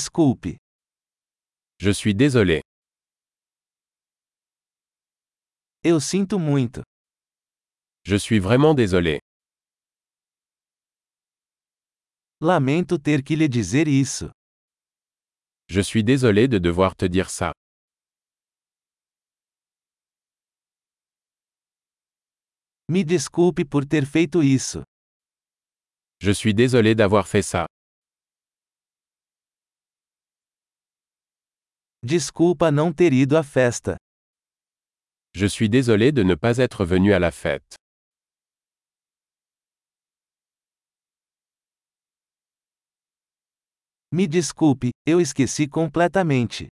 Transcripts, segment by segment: Desculpe. Je suis désolé. Eu sinto muito. Je suis vraiment désolé. Lamento ter que lhe dizer isso. Je suis désolé de devoir te dire ça. Me desculpe por ter feito isso. Je suis désolé d'avoir fait ça. Desculpa não ter ido à festa. Je suis désolé de ne pas être venu à la fête. Me desculpe, eu esqueci completamente.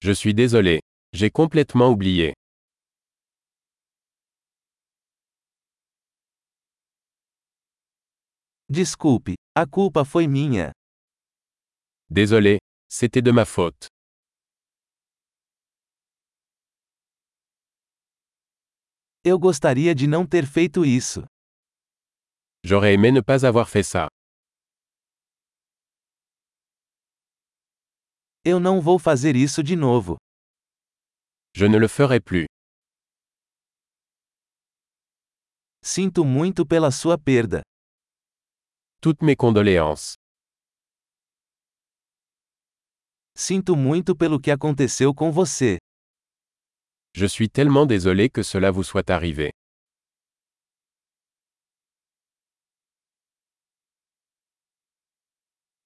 Je suis désolé. J'ai complètement oublié. Desculpe, a culpa foi minha. Désolé. C'était de ma faute. Eu gostaria de não ter feito isso. J'aurais aimé ne pas avoir fait ça. Eu não vou fazer isso de novo. Je ne le ferai plus. Sinto muito pela sua perda. Toutes mes condoléances. Sinto muito pelo que aconteceu com você. Je suis tellement désolé que cela vous soit arrivé.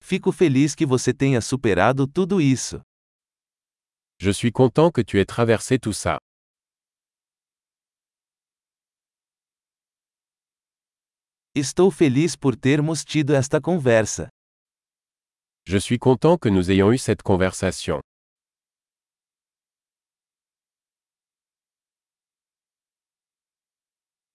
Fico feliz que você tenha superado tudo isso. Je suis content que tu aies traversé tout ça. Estou feliz por termos tido esta conversa. Je suis content que nous ayons eu cette conversation.